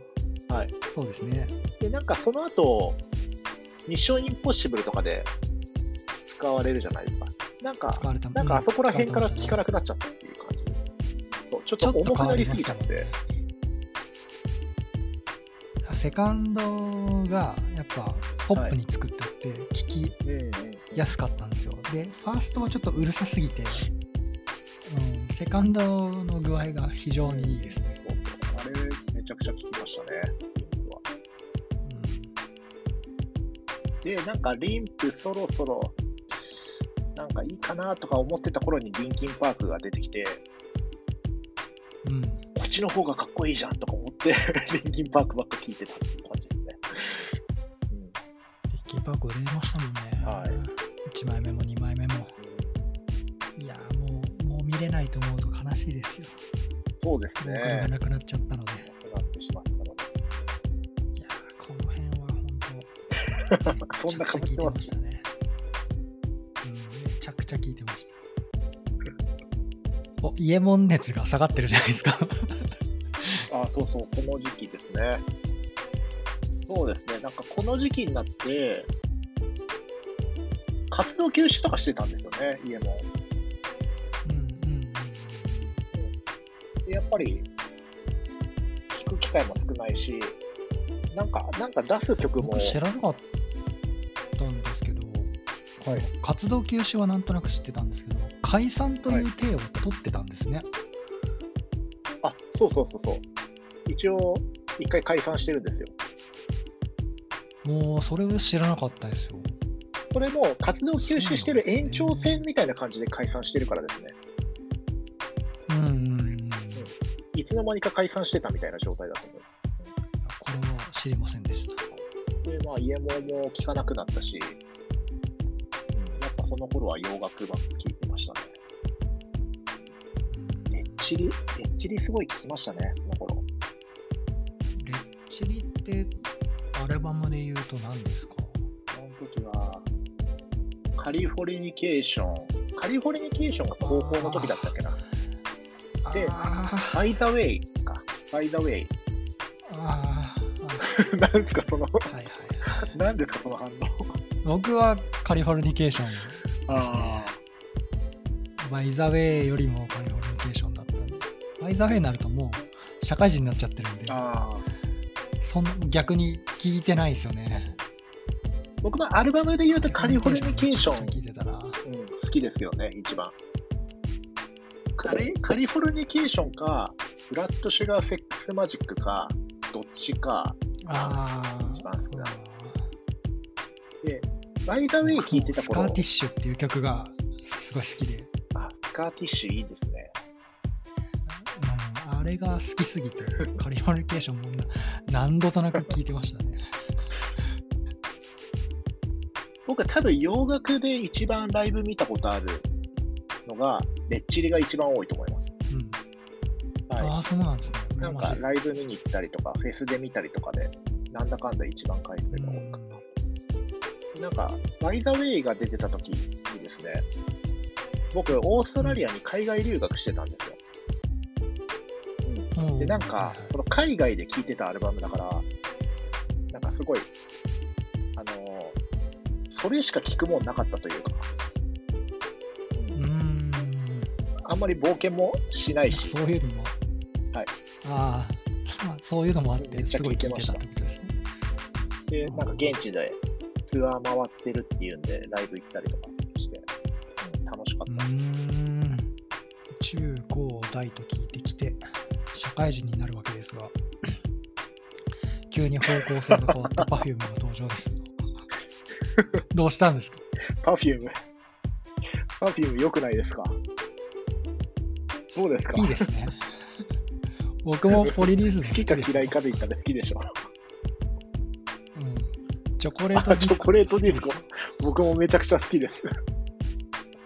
A: そうですね。
B: でなんかその後、ミッションインポッシブルとかで使われるじゃないですか。なんか、
A: 使われた
B: なんかあそこら辺から聞かな
A: く
B: くなっちゃったっていう感じです。そうちょっと重くなりすぎちゃって。
A: セカンドがやっぱポップに作ってあって聞き
B: うんうんうん
A: やすかったんですよ。で、ファーストはちょっとうるさすぎて、うん、セカンドの具合が非常にいいですね。
B: あれ、めちゃくちゃ聞きましたね、リンプは。で、なんかリンプそろそろ、なんかいいかなとか思ってた頃にリンキンパークが出てきて、
A: うん。うん
B: こっちの方がかっこいいじゃんとか思って、 (laughs) リンキンパークばっか聞いてたっていう感じですね。うん
A: リッキーパーク売れましたもんね。
B: は
A: 1枚目も2枚目も。いやーもう、もう見れないと思うと悲しいですよ。
B: そうです
A: ボーカルが
B: ね。
A: なくなっちゃったので。
B: なくなってしまったので。、
A: いやーこの辺は本当 (laughs)
B: そんな
A: めちゃくちゃ聞い
B: 被って
A: て
B: ま
A: ますしたね。うん、めちゃくちゃ聞いてました。お、イエモン熱が下がってるじゃないですか。
B: あそうそう、この時期ですね。そうですね、なんかこの時期になって、活動休止とかしてたんですよね、家も。
A: うんうんうん
B: でやっぱり、聞く機会も少ないし、なんか、なんか出す曲
A: うん。
B: も、
A: 僕知らなかったんですけど、
B: はい
A: 活動休止はなんとなく知ってたんですけど、解散という体を取ってたんですね。
B: あそうそうそうそう、一応、一回解散してるんですよ。
A: もうそれを知らなかったですよ。
B: これも活動休止してる延長戦みたいな感じで解散してるからですね、
A: うんうんうん。
B: いつの間にか解散してたみたいな状態だと思います。
A: これは知りませんでした。
B: で、まあ、家もも聞かなくなったし、うん、やっぱその頃は洋楽ばっか聞いてましたね。
A: うん
B: レッチリ、レッチリすごい聞きましたね、この頃。
A: レッチリってアルバムで言うと何ですか
B: その時は、カリフォルニケーション。カリフォルニケーションが高校の時だったっけな。で
A: あー
B: バイザウェイか。バイザウェイ。
A: あー
B: (laughs) なんですか、その、
A: あーはいはいはい
B: なんですか、その反応。
A: 僕はカリフォルニケーション
B: あ
A: バイザウェイよりもカリフォルニケーションだったんでバイザウェイになるともう社会人になっちゃってるんで
B: あー。
A: そん逆に聞いてないですよね
B: 僕のアルバムで言うとカリフォルニケーション
A: 聞いてたら
B: うん、好きですよね、一番。カリカリフォルニケーションか、フラットシュガーセックスマジックか、どっちか、
A: あー
B: 一番好きな
A: あ
B: ライダーウェイ聴いて
A: ー
B: た
A: スカー
B: 頃
A: ティッシュっていう曲がすごい好きで、
B: あスカーティッシュいいですね。
A: うん、あれが好きすぎ
B: (laughs)
A: てカリフォルニケーションもな何度となく聞いてましたね
B: 僕は多分洋楽で一番ライブ見たことあるのが、レッチリが一番多いと思います。
A: うんあ
B: は
A: あそうなんですね
B: い。なんかライブ見に行ったりとか、フェスで見たりとかで、なんだかんだ一番回数
A: う
B: が多
A: ん
B: いかな。なんか、バイザウェイが出てた時にですね、僕、オーストラリアに海外留学してたんですよ。
A: う
B: で、なんか、その海外で聴いてたアルバムだから、なんかすごい、あのーそれしか聴くもんなかったというか、
A: うん
B: あんまり冒険もしないし、
A: そういうのも、
B: はい、
A: ああ、まあ、そういうのもあっ
B: め
A: て、
B: っちゃ
A: すご
B: 聞
A: い
B: い
A: 聞
B: て
A: い
B: ま
A: て
B: した
A: たってことですね。
B: で、なんか現地でツアー回ってるっていうんで、ライブ行ったりとかして、うん楽しか
A: う
B: っ
A: ーん、中高大と聞いてきて、社会人になるわけですが、急に方向性が変わ
B: (laughs)
A: った Perfume が登場です。どうしたんですか
B: た。Perfume、Perfume 良くないですかどうですか
A: いいですね。僕もフォリリーズム
B: 好きか
A: です
B: 嫌いかで言ったら好きでしょ。
A: うん、チョコレート
B: あチョコレートディスコ
A: 好きです
B: 僕もめちゃくちゃ好きです。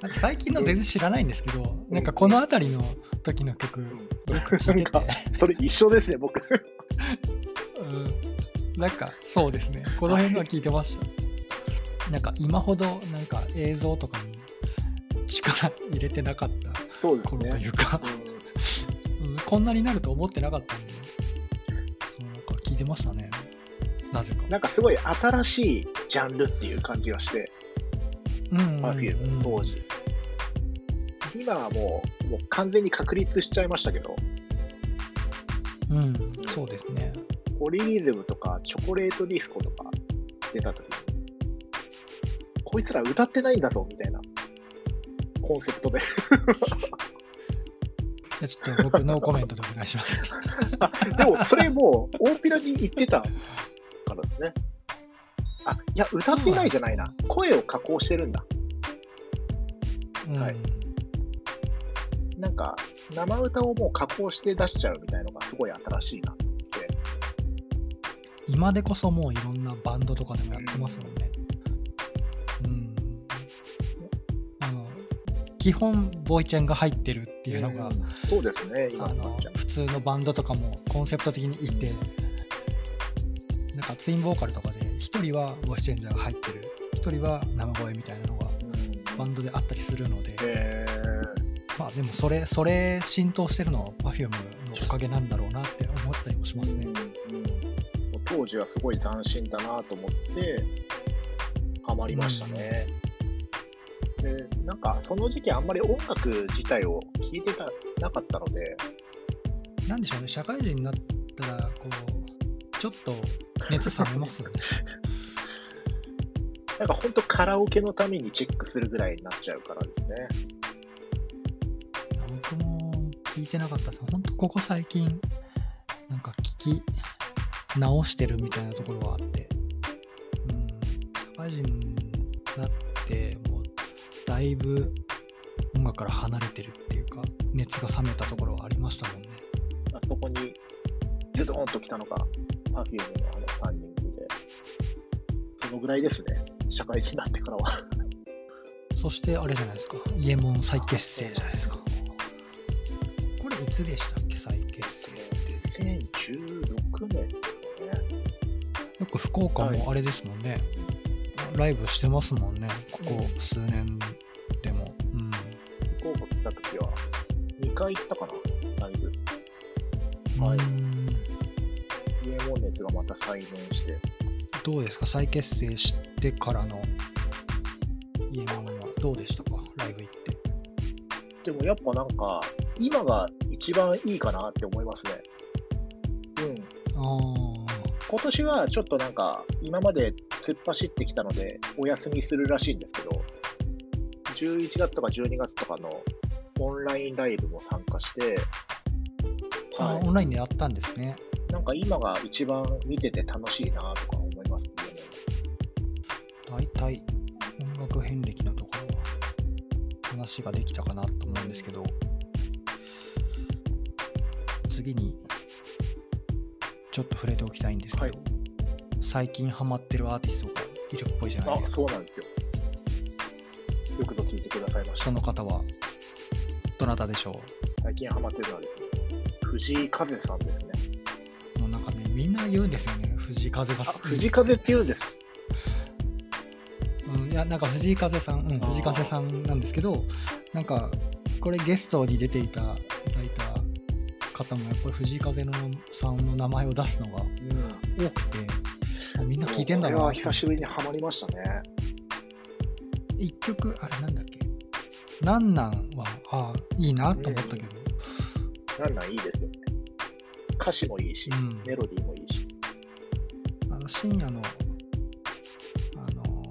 A: なんか最近の全然知らないんですけど、なんかこの辺りの時の曲、よく聴いてて
B: なん、それ一緒ですね、僕。
A: うんなんかそうですねこの辺のは聞いてましたなんか今ほどなんか映像とかに力入れてなかった
B: そうです
A: 頃とい
B: ね。
A: うか、
B: うん
A: うんこんなになると思ってなかったんでそうなんか聞いてましたねなぜか
B: なんかすごい新しいジャンルっていう感じがして、
A: うんうんうん
B: Perfume 当時。今はもうもう完全に確立しちゃいましたけど、
A: うんそうですね
B: ポリリズムとかチョコレートディスコとか出た時に、こいつら歌ってないんだぞみたいなコンセプトで。
A: じゃあちょっと僕ノーコメントでお願いします
B: (laughs) でもそれもう大っぴらに言ってたからですね。あいや、歌ってないじゃないな
A: そうなん。
B: 声を加工してるんだ。
A: (laughs) うん、
B: はいなんか、生歌をもう加工して出しちゃうみたいのがすごい新しいな。
A: 今でこそもういろんなバンドとかでもやってますもんね。うん。あの、基本、ボイチェンが入ってるっていうのが、
B: そうですね、今
A: あ
B: の
A: の
B: ちゃん。
A: 普通のバンドとかもコンセプト的にいて、なんかツインボーカルとかで、一人はボイチェンジャーが入ってる、一人は生声みたいなのがバンドであったりするので、
B: え
A: まあでもそれ、それ浸透してるのは Perfume のおかげなんだろうなって思ったりもしますね。
B: 当時はすごい斬新だなと思って、ハマりましたね。で、なんか、その時期あんまり音楽自体を聴いてたなかったので、
A: なんでしょうね社会人になったらこうちょっと熱冷めますよね
B: なんか本当カラオケのためにチェックするぐらいになっちゃうからですね。
A: 僕も聞いてなかったですほんとここ最近なんか聞き直してるみたいなところはあってうん社会人になってもうだいぶ音楽から離れてるっていうか熱が冷めたところはありましたもんね
B: あそこにズドーンと来たのが、パフュームのあのタイミングで。そのぐらいですね。社会人になってからは。
A: そしてあれじゃないですかイエモン再結成じゃないですかこれいつでしたっけ再結成
B: 2016年だよね。
A: よく福岡もあれですもんね、ライブしてますもんねここ数年でもうん
B: 福岡来た時は、2回行ったかな、ライブ。はい
A: うん
B: イエモン熱がまた再燃して。
A: どうですか再結成してからの家物はどうでしたかライブ行って
B: でもやっぱなんか、今が一番いいかなって思いますね。うん。
A: ああ
B: 今年はちょっとなんか、今まで突っ走ってきたので、お休みするらしいんですけど、11月とか12月とかのオンラインライブも参加して、
A: あ
B: は
A: オンラインでやったんですね
B: い、なんか今が一番見てて楽しいなとか思いますね。
A: 大体音楽遍歴のところは話ができたかなと思うんですけど次にちょっと触れておきたいんですけど、
B: はい
A: 最近ハマってるアーティストがいるっぽいじゃな
B: あ
A: いです、か
B: そうなんですよ。よくぞ聞いてくださいまし
A: そ
B: た。
A: の方はどなたでしょ
B: 最近ハマってるのはですね、藤井風さんですね。
A: うもうなんかねみんな言うんですよね藤井風が
B: あ、
A: 好き
B: 藤井風って言うんです。
A: うん、いやなんか藤井風さん、うん、
B: あー
A: 藤井風さんなんですけどなんかこれゲストに出ていただいた方もやっぱり藤井風のさんの名前を出すのが
B: うん。
A: 多くてあみんな聞いてんだ
B: これ
A: ろう
B: は久しぶりにハマりましたね。
A: 一曲あれなんだっけ「なんなん」はあーいいなと思ったけど、
B: なんなんいいですよね。歌詞もいいし、
A: うん
B: メロディーもいいし。
A: あの深夜のあのー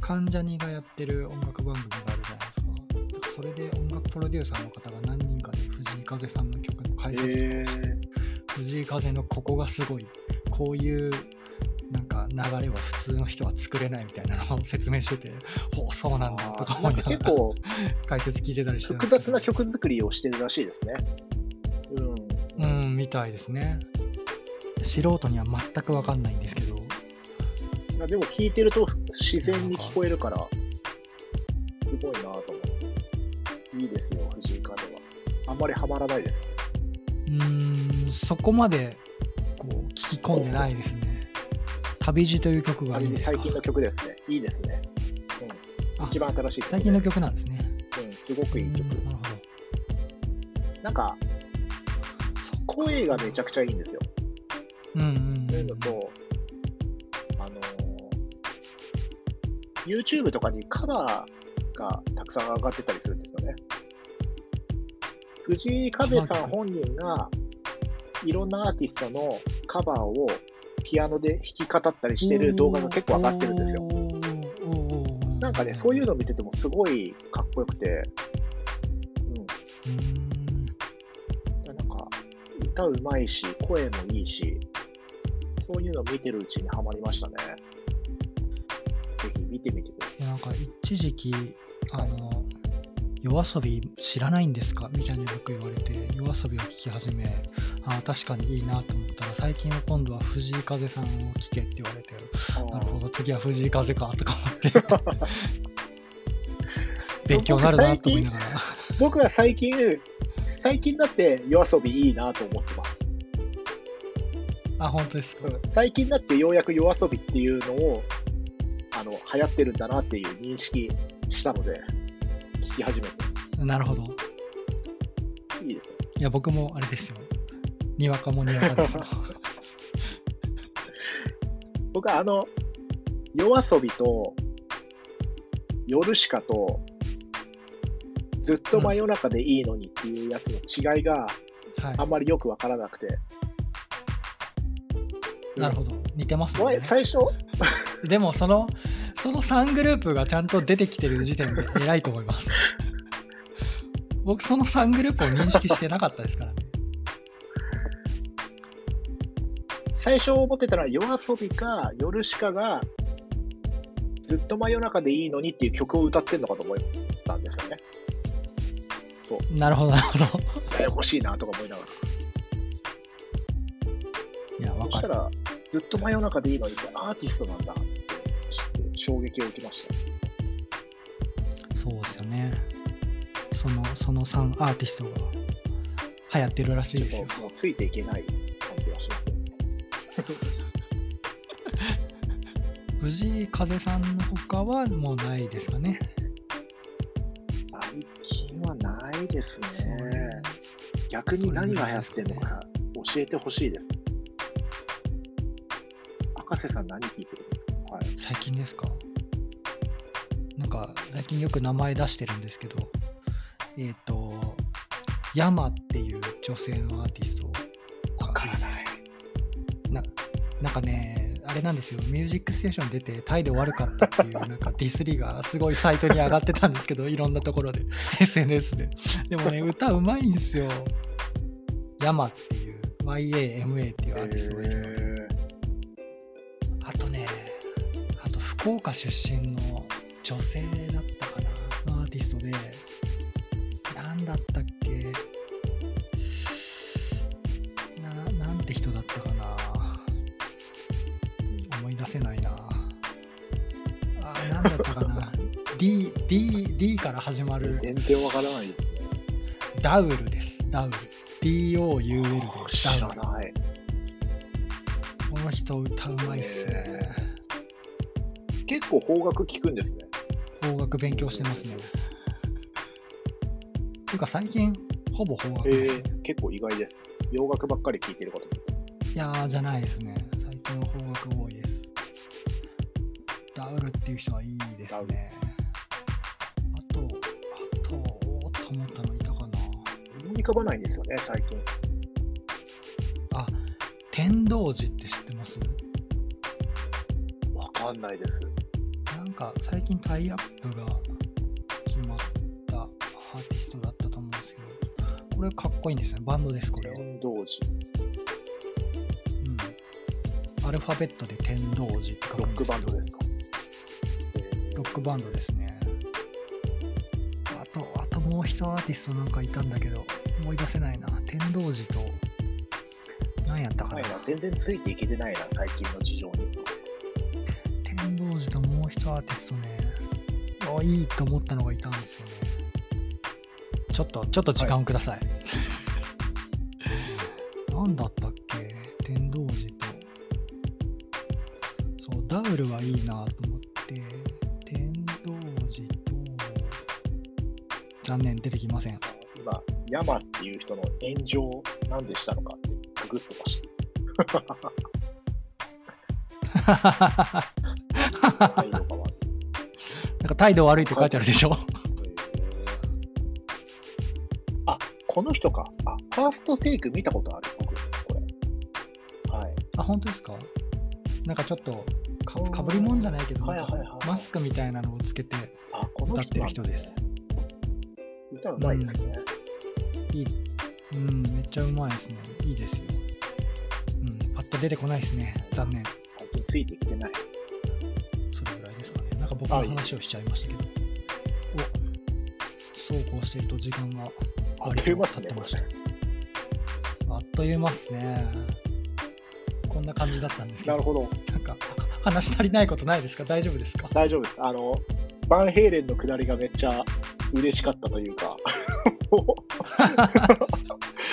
A: 関ジャニがやってる音楽番組があるじゃないですかだからそれで音楽プロデューサーの方が何人かで藤井風さんの曲の解説とかをして、
B: え
A: 藤井風のここがすごいこういうなんか流れは普通の人は作れないみたいなのを説明してて「おそうなんだ」とか思いなが
B: 結
A: ら
B: 構
A: 解説聞いてたりして
B: 複雑な曲作りをしてるらしいですね。うん。
A: うんみたいですね素人には全く分かんないんですけど
B: まあでも聴いてると自然に聞こえるから、すごいなぁと思う。いいですよ、藤井風は。あんまりハマらないです。
A: うーんそこまでこう聞き込んでないですね「旅路」という曲がいいんです
B: 最
A: か
B: 近の曲ですね。いいですね。うん。
A: あ
B: 一番新しい曲で。
A: 最近の曲なんですね
B: うん、すごくいい
A: う
B: 曲。
A: んなるほど
B: なんか、
A: そっか
B: 声がめちゃくちゃいいんですよ。
A: うんうん
B: と
A: う
B: いうんのと、あのー YouTube とかにカバーがたくさん上がってたりするんですよね。藤井風さん本人が、いろんなアーティストのカバーをピアノで弾き語ったりしてる動画が結構上がってるんですよ。
A: おーおーおーおー
B: なんかね、そういうの見ててもすごいかっこよくて、う
A: うーん
B: ん、なんか歌うまいし、声もいいし、そういうの見てるうちにハマりましたね。ぜひ見てみてください。
A: いやなんか一時期あの夜遊び知らないんですかみたいなのよく言われて夜遊びを聞き始めあー確かにいいなと思ったら最近は今度は藤井風さんを聞けって言われてなるほど次は藤井風かとか思って
B: (laughs)
A: 勉強になるなと思いながら
B: 僕は最近、最近だって夜遊びいいなと思ってます。
A: あ本当ですか
B: 最近だってようやく夜遊びっていうのを、あの、流行ってるんだなっていう認識したので、聞き始めて。
A: なるほど
B: いいですね。
A: いや僕もあれですよにわかもにわかです
B: (laughs)
A: よ
B: 僕はあの、夜遊びと、夜しかと、ずっと真夜中でいいのにっていうやつの違いが
A: は
B: あ
A: い
B: んまりよくわからなくて。
A: なるほど似てますもん
B: 前
A: ね
B: 最初、
A: でもそのその3グループがちゃんと出てきてる時点で偉いと思います僕その3グループを認識してなかったですからね
B: 最初思ってたのは夜遊びか夜しかがずっと真夜中でいいのにっていう曲を歌ってんのかと思ったんですよね。
A: なるほどなるほど
B: ややこしいなとか思いながら。
A: いやわ
B: そし
A: か
B: た
A: る
B: らずっと真夜中でいいのにってアーティストなんだって知って衝撃を受けました。
A: そうですよねそのその3アーティストが流行ってるらしいです
B: ちょ
A: よ
B: っ。ともうついていけない感じがしますね。
A: 藤井風さんの他はもうないですかね。
B: 最近はないです
A: そう
B: ね。逆に何が流行ってるのか教えてほしいです。博士さん何聞いてるんですかはい。
A: 最近ですかなんか最近よく名前出してるんですけどえっ、とヤマっていう女性のアーティスト
B: わからない。
A: ななんかねあれなんですよ「ミュージックステーション」出てタイで悪かった
B: (laughs)
A: っていうなんかディスりがすごいサイトに上がってたんですけどいろんなところで SNS ででもね歌うまいんですよヤマっていう YAMA っていうアーティストがいるので、あとね、あと福岡出身の女性だったかな、のアーティストで、なんだったっけ、ななんて人だったかな、思い出せないな。あー、なんだったか
B: (laughs)
A: な、D、D、D から始ま
B: えー
A: る
B: 全然わからないですね。
A: ダウルです、ダウル。DOUL で
B: あー知
A: ダ
B: ら
A: ウル。
B: ない。
A: この人歌うまいっすね。
B: 結構邦楽聞くんですね。
A: 邦楽勉強してますね。ていうか最近ほぼ邦楽
B: え
A: ですね。
B: ー、結構意外です。洋楽ばっかり聞いてることも
A: いやーじゃないですね。最近は邦楽多いです。ダウルっていう人はいいですね。あと、あと、おーっと思ったのいたかな。
B: 思い浮かばないんですよね、最近。
A: あ、天童寺って知ってます
B: わかんないです。
A: なんか最近タイアップが決まったアーティストだったと思うんですけど、これかっこいいんですね。バンドです、これは。
B: 天童寺。
A: うんアルファベットで天童寺って書
B: ロ
A: くんで
B: ック
A: す
B: バ
A: け
B: ン
A: ど
B: ドですか。えー
A: ロックバンドですねあとあともう一アーティストなんかいたんだけど思い出せないな天童寺と何やったか
B: はい
A: な
B: な、全然ついていけてないな、最近の事情に。
A: 天童寺ともう一アーティストねあいいと思ったのがいたんですよねちょっとちょっと時間をください、何だったっけ天童寺とそうダウルはいいなと思って天童寺と残念出てきません
B: 今、ヤマっていう人の炎上、なんでしたのかってググってま
A: (laughs)
B: した。内容が悪い
A: なんか態度悪いって書いてあるでしょ
B: あ、この人か。あ、ファーストテイク見たことある、僕、これ。はい。
A: あ本当ですかなんかちょっとかかぶりもんじゃないけど、
B: はい
A: なん
B: はいはいは
A: か
B: い
A: マスクみたいなのをつけて
B: あ、この
A: 歌っ
B: 人
A: て
B: な
A: る
B: ん
A: 人です
B: ね。。歌うまいですね。
A: いい。うん、めっちゃうまいですね。いいですよ。うん、パッと出てこないですね。残念。
B: 最近ついてきてない。
A: それぐらいですかね。なんか僕の話をしちゃいましたけど。おそうこうしてると時間が
B: あっ
A: 割
B: とい
A: と
B: う間っ
A: 経
B: す
A: っ
B: ね
A: て。ました。あっという間っすね。こんな感じだったんですけ
B: な
A: ど、
B: るほど。
A: なんか話足りないことないですか大丈夫ですか
B: 大丈夫です。あの、バンヘイレンの下りがめっちゃ嬉しかったというか。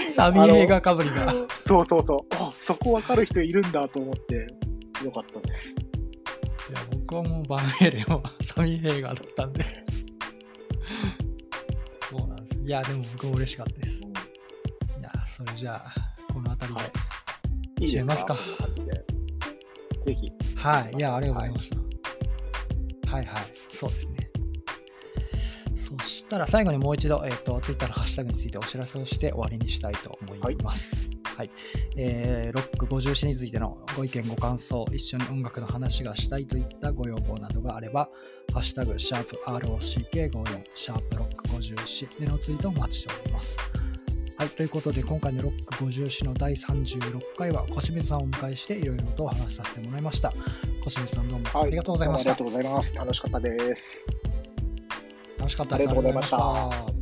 A: サミー映画かぶりが。
B: そうそうそう。 (laughs) あそこ分かる人いるんだと思って、よかったです。
A: いや僕はもうバンヘイレンは (laughs) サミー映画だったんで (laughs) そうなんですよいやでも僕も嬉しかったですいやそれじゃあこの辺りで
B: いいで
A: 締め
B: す
A: ま
B: か
A: すか
B: こんな感じで。ぜひ。
A: はい、
B: はい
A: い、やありがとうございましたはい、はいそうですねそしたら最後にもう一度、えっと Twitter のハッシュタグについてお知らせをして終わりにしたいと思います、はいえーロック54についてのご意見ご感想一緒に音楽の話がしたいといったご要望などがあればハッシュタグ、シャープ ROCK54、シャープロック54でのツイートをお待ちしております。はい、ということで、今回のロック54の第36回は、小清水さんをお迎えして、いろいろとお話しさせてもらいました。小清水さん、どうもありがとうございまし
B: あ
A: た。
B: りがとうございます。楽しかったです。
A: 楽しかった
B: ありがとうございました
A: ありがとうございました